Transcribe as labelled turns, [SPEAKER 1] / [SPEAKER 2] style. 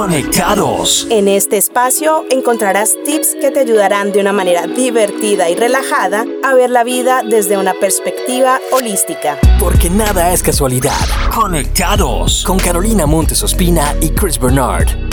[SPEAKER 1] conectados.
[SPEAKER 2] En este espacio encontrarás tips que te ayudarán de una manera divertida y relajada a ver la vida desde una perspectiva holística.
[SPEAKER 1] Porque nada es casualidad. Conectados con Carolina Montes Ospina y Chris Bernard.